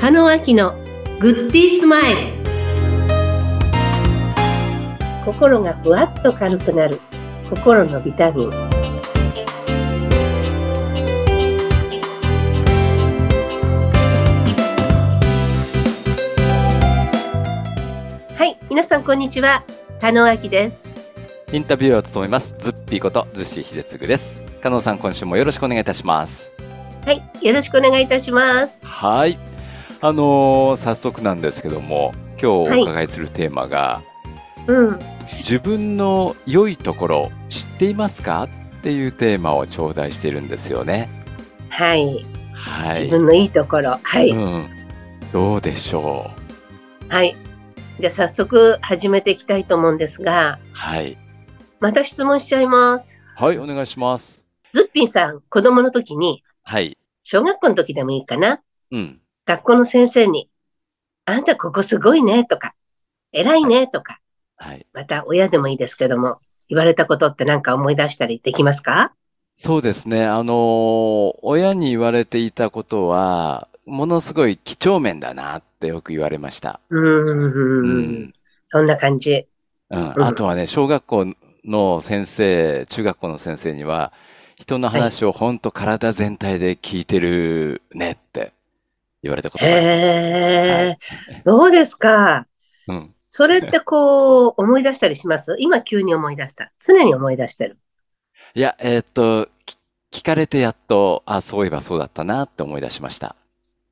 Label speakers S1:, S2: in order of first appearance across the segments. S1: 中野明のグッディースマイル心がふわっと軽くなる心のビタミンはい皆さんこんにちは加納明です
S2: インタビューを務めますズッピーこと逗子秀次です加納さん今週もよろしくお願いいたします
S1: はいよろしくお願いいたします
S2: はいあのー早速なんですけども今日お伺いするテーマが、
S1: うん
S2: 自分の良いところ知っていますかっていうテーマを頂戴しているんですよね
S1: はい、
S2: は
S1: 自
S2: い、
S1: 分のいいところはい、
S2: うん、どうでしょ
S1: はいじゃあ早速始めていきたいと思うんですが
S2: うはい
S1: また質問しちゃいます
S2: はいお願いします
S1: ズッピーさん子供の時に
S2: はい
S1: 小学校の時でもいいかな
S2: うん
S1: 学校の先生に、あんたここすごいねとか、偉いねとか、
S2: はい
S1: また親でもいいですけども、言われたことってなんか思い出したりできますか
S2: そうですね。あのー親に言われていたことは、ものすごい几帳面だなってよく言われました。
S1: うー
S2: うんん。。
S1: そんな感じ。
S2: うん。
S1: うん
S2: あとはね、小学校の先生、中学校の先生には、人の話をほんと体全体で聞いてるねって言われたことがあります。
S1: へえ、どうですか
S2: うん。
S1: それってこう、思い出したりします今急に思い出した。常に思い出してる。
S2: いや、えーっと、き聞かれてやっと、あ、そういえばそうだったなって思い出しました。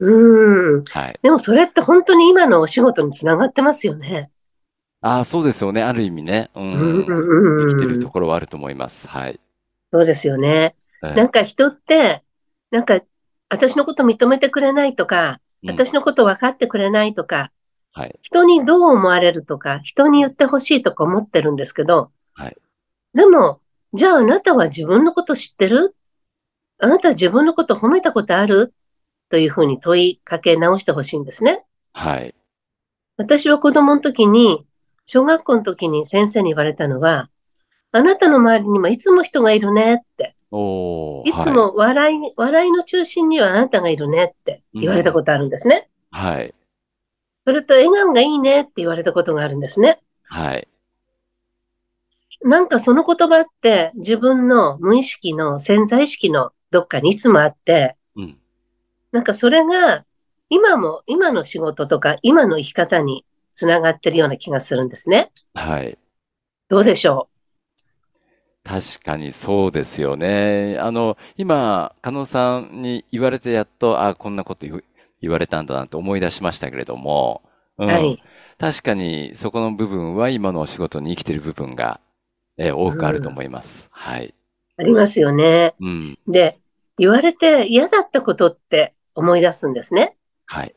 S1: うーん。
S2: はい。
S1: でもそれって本当に今のお仕事につながってますよね。
S2: あ、そうですよね。ある意味ね。う。
S1: うんうんん
S2: 生
S1: う
S2: きて
S1: んう
S2: る
S1: ん
S2: と。ころはあると思います。はい。
S1: そうですよね。
S2: うん
S1: なんか人って、なんか、私のこと認めてくれないとか、
S2: うん
S1: 私のこと分かってくれないとか、
S2: はい。
S1: 人にどう思われるとか、人に言ってほしいとか思ってるんですけど、
S2: はい
S1: でも、じゃああなたは自分のこと知ってるあなた自分のこと褒めたことあるというふうに問いかけ直してほしいんですね。
S2: はい。
S1: 私は子供の時に、小学校の時に先生に言われたのは、あなたの周りにもいつも人がいるねって。
S2: おー
S1: いつも笑い、笑いの中心にはあなたがいるねって言われたことあるんですね。
S2: はい。はい。
S1: それと笑顔がいいねって言われたことがあるんですね。
S2: はい。
S1: なんかその言葉って自分の無意識の潜在意識のどっかにいつもあって、
S2: うん。
S1: なんかそれが今も、今の仕事とか今の生き方につながってるような気がするんですね。
S2: はい。
S1: どうでしょ
S2: 確かにそうですよね。あの、今、加納さんに言われてやっと、あ、こんなこと言う言われたんだなって思い出しましたけれども、う。
S1: うんはい。
S2: 確かにそこの部分は今のお仕事に生きてる部分が、えー、多くあると思います。はい。
S1: ありますよね。
S2: うん。
S1: で、言われて嫌だったことって思い出すんですね。
S2: はい。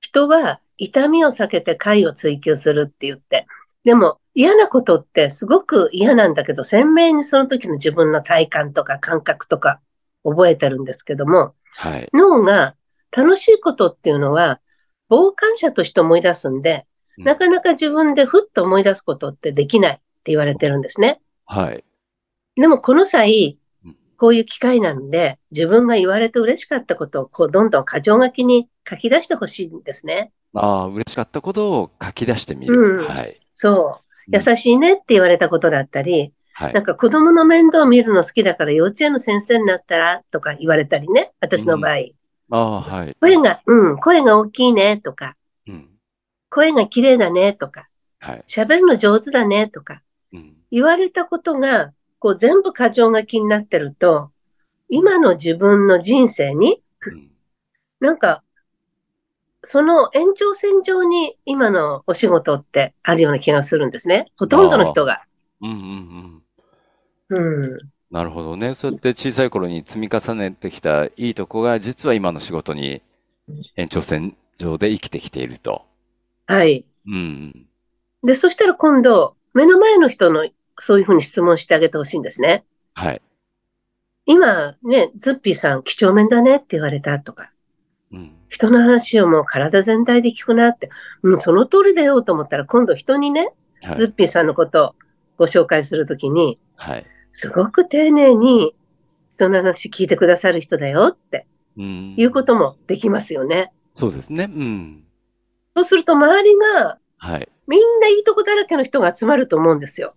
S1: 人は痛みを避けて快を追求するって言って。でも嫌なことってすごく嫌なんだけど、鮮明にその時の自分の体感とか感覚とか覚えてるんですけども、
S2: はい。
S1: 脳が楽しいことっていうのは傍観者として思い出すんで、
S2: うん
S1: なかなか自分でふっと思い出すことってできないって言われてるんですね。
S2: はい。
S1: でもこの際
S2: うん、
S1: こういう機会なんで、自分が言われて嬉しかったことをこうどんどん過剰書きに書き出してほしいんですね。
S2: ああ、嬉しかったことを書き出してみる。
S1: うん
S2: はい。
S1: そう。
S2: うん
S1: 優しいねって言われたことだったり、
S2: はい
S1: なん。か子供の面倒を見るの好きだから幼稚園の先生になったらとか言われたりね、私の場合。
S2: ああ、はい。
S1: 声が、うん、声が大きいねとか、
S2: うん。
S1: 声が綺麗だねとか、
S2: はい。
S1: 喋るの上手だねとか、
S2: うん。
S1: 言われたことが、こう全部過剰書きになってると、今の自分の人生に、
S2: うん。
S1: なんか、その延長線上に今のお仕事ってあるような気がするんですね。ほとんどの人が。
S2: うんうんうん。
S1: うん。
S2: なるほどね。そうやって小さい頃に積み重ねてきたいいとこが、実は今の仕事に延長線上で生きてきていると。
S1: はい。
S2: うん
S1: で、そしたら今度、目の前の人のそういうふうに質問してあげてほしいんですね。
S2: うん。はい。
S1: 今ね、ズッピーさん、几帳面だねって言われたとか、
S2: うん。
S1: 人の話をもう体全体で聞くなって、うん、その通りだよと思ったら、今度人にね、
S2: はい。
S1: ズッピーさんのことをご紹介するときに、
S2: はい。
S1: すごく丁寧に人の話聞いてくださる人だよって
S2: うん。
S1: いうこともできますよね。
S2: そうですね。うん。
S1: そうすると周りが
S2: はい。
S1: みんないいとこだらけの人が集まると思うんです よ。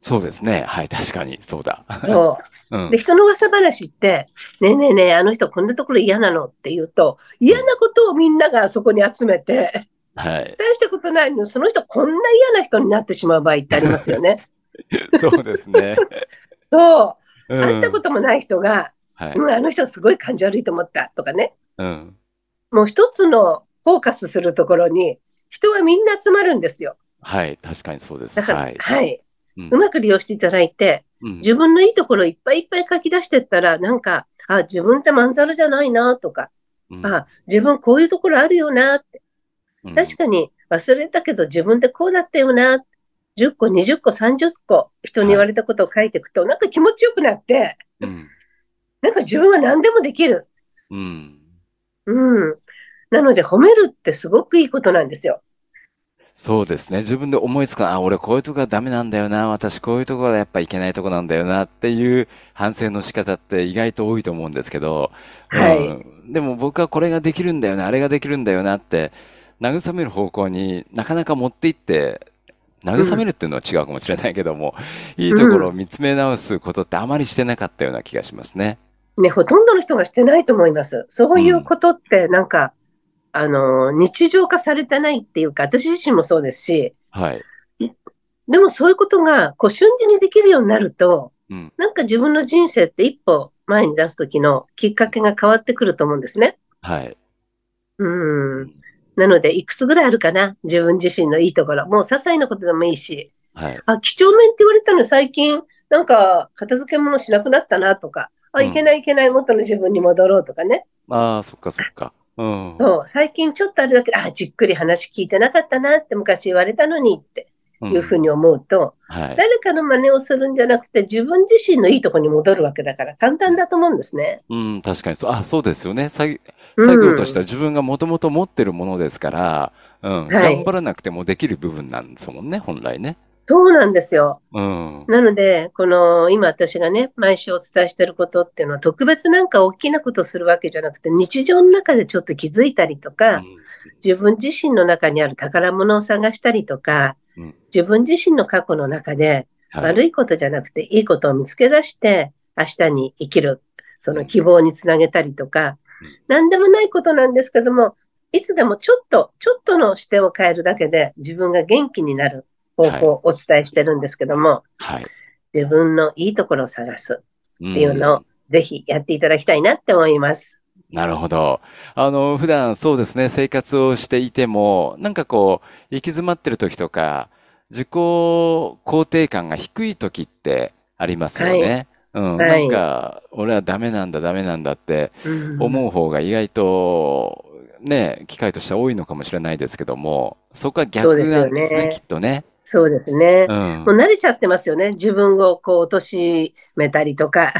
S2: そうですね。はい。確かに、そうだ。
S1: そう
S2: うん
S1: で、。人の噂話って、ねえねえねえ、あの人こんなところ嫌なのって言うと、嫌なことをみんながそこに集めて、
S2: はい。
S1: 大したことないのに、その人こんな嫌な人になってしまう場合ってありますよ ね。
S2: そうです ね。
S1: そうう。会ったこともない人が、
S2: はい。
S1: うん、あの人すごい感じ悪いと思ったとかね。
S2: うん。
S1: もう一つのフォーカスするところに、人はみんな集まるんですよ。
S2: はい。確かにそうです。
S1: だから、
S2: は
S1: はい
S2: い。。うん
S1: うまく利用していただいて、
S2: うん
S1: 自分のいいところいっぱいいっぱい書き出してったら、なんか、あ、自分ってまんざらじゃないなとか、
S2: うん
S1: あ、自分こういうところあるよなって、
S2: うん
S1: 確かに忘れたけど自分でこうだったよな、10個、20個、30個人に言われたことを書いていくと、なんか気持ちよくなって、
S2: うん。
S1: なんか自分は何でもできる。
S2: うん。
S1: うん。なので褒めるってすごくいいことなんですよ。
S2: そうですね。自分で思いつく、あ、俺こういうとこがダメなんだよな。私こういうとこがやっぱいけないとこなんだよなっていう反省の仕方って意外と多いと思うんですけど、
S1: はい
S2: うんでも僕はこれができるんだよな、あれができるんだよなって、慰める方向になかなか持っていって、慰めるっていうのは違うかもしれないけども、いいところを見つめ直すことってあまりしてなかったような気がしますね。
S1: ね、ほとんどの人がしてないと思います。そういうことってなんか、あの、日常化されてないっていうか、私自身もそうですし、
S2: はい。
S1: でもそういうことが、こう、瞬時にできるようになると、
S2: うん
S1: なんか自分の人生って一歩前に出す時のきっかけが変わってくると思うんですね。
S2: はい。
S1: うん。なので、いくつぐらいあるかな自分自身のいいところ。もう、些細なことでもいいし。
S2: はい。
S1: あ、几帳面って言われたの最近、なんか、片付け物しなくなったなとか、あ、
S2: うん
S1: いけないいけない、元の自分に戻ろうとかね。
S2: ああ、そっかそっか。うん。
S1: そう、最近ちょっとあれだけど、あ、じっくり話聞いてなかったなって昔言われたのにって
S2: うん
S1: いうふうに思うと、
S2: はい。
S1: 誰かの真似をするんじゃなくて自分自身のいいとこに戻るわけだから簡単だと思うんですね。
S2: うん、確かにそう。あ、そうですよね。さい、
S1: うん
S2: 作業としては自分がもともと持ってるものですから、うん、
S1: はい
S2: 頑張らなくてもできる部分なんですもんね、本来ね。
S1: そうなんですよ。
S2: うん、
S1: なので、この今私がね、毎週お伝えしてることっていうのは特別なんか大きなことするわけじゃなくて日常の中でちょっと気づいたりと
S2: う
S1: か、
S2: ん
S1: 自分自身の中にある宝物を探したりとか
S2: うん、
S1: 自分自身の過去の中で
S2: はい。
S1: 悪いことじゃなくて、いいことを見つけ出して、明日に生きる、その希望につなげたりとか
S2: うん、
S1: 何でもないことなんですけども、いつでもちょっと、ちょっとの視点を変えるだけで、自分が元気になる方法をお伝えしてるんですけども、
S2: はい。
S1: 自分のいいところを探す、
S2: うん
S1: っていうのをぜひやっていただきたいなって思います。
S2: なるほど。あの、普段そうですね、生活をしていても、なんかこう、行き詰まってる時とか、自己肯定感が低い時ってありますよね。うん、
S1: は
S2: なん
S1: い
S2: か、俺はダメなんだ、ダメなんだって、
S1: うん
S2: 思う方が意外とね、機会としては多いのかもしれないですけども、そこは逆なんです
S1: そうですよ
S2: ね、
S1: ね
S2: きっとね。
S1: そうですね。
S2: うん。
S1: もう慣れちゃってますよね。自分をこう、貶めたりとか、
S2: はい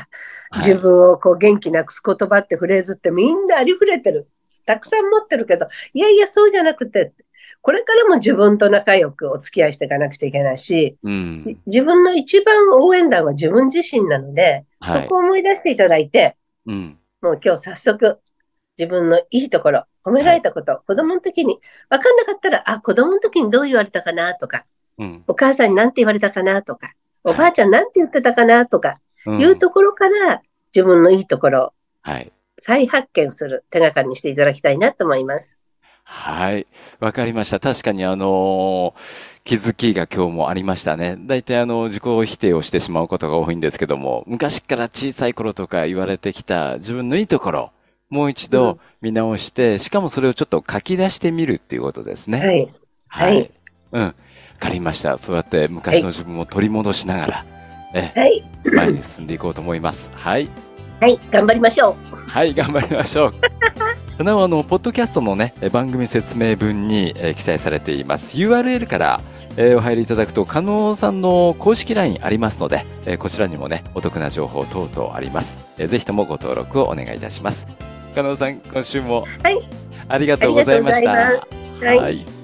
S1: 自分をこう元気なくす言葉ってフレーズってみんなありふれてる。たくさん持ってるけど、いやいや、そうじゃなくて、これからも自分と仲良くお付き合いしていかなくちゃいけないし、
S2: うん。
S1: 自分の一番応援団は自分自身なので、
S2: はい
S1: そこを思い出していただいて、
S2: うん。
S1: もう今日早速、自分のいいところ、褒められたこと、子供の時に、わかんなかったら、あ、子供の時にどう言われたかなとか、
S2: うん。
S1: お母さんに何て言われたかなとか、
S2: はい
S1: おばあちゃん何て言ってたかなとか、
S2: うん
S1: いうところから、自分のいいところを
S2: はい。
S1: 再発見する手がかりにしていただきたいなと思います。
S2: はい。わかりました。確かにあのー気づきが今日もありましたね。大体あの、自己否定をしてしまうことが多いんですけども、昔から小さい頃とか言われてきた自分のいいところ、もう一
S1: う
S2: 度
S1: ん
S2: 見直して、しかもそれをちょっと書き出してみるっていうことですね。
S1: はい。
S2: は。
S1: はいい
S2: うん。わかりました。そうやって昔の自分を取り戻しながら、
S1: はい。
S2: 前に進んでいこうと思います。はい。
S1: はい。頑張りましょう。
S2: はい、頑張りましょう。 なお、あの、ポッドキャストのね、え番組説明文に、えー記載されています。URL から、えーお入りいただくと、加納さんの公式 LINE ありますので、えーこちらにもね、お得な情報等々あります。えーぜひともご登録をお願いいたします。加納さん、今週も、
S1: はい
S2: ありがとうございました。
S1: ありがとうございますはい
S2: い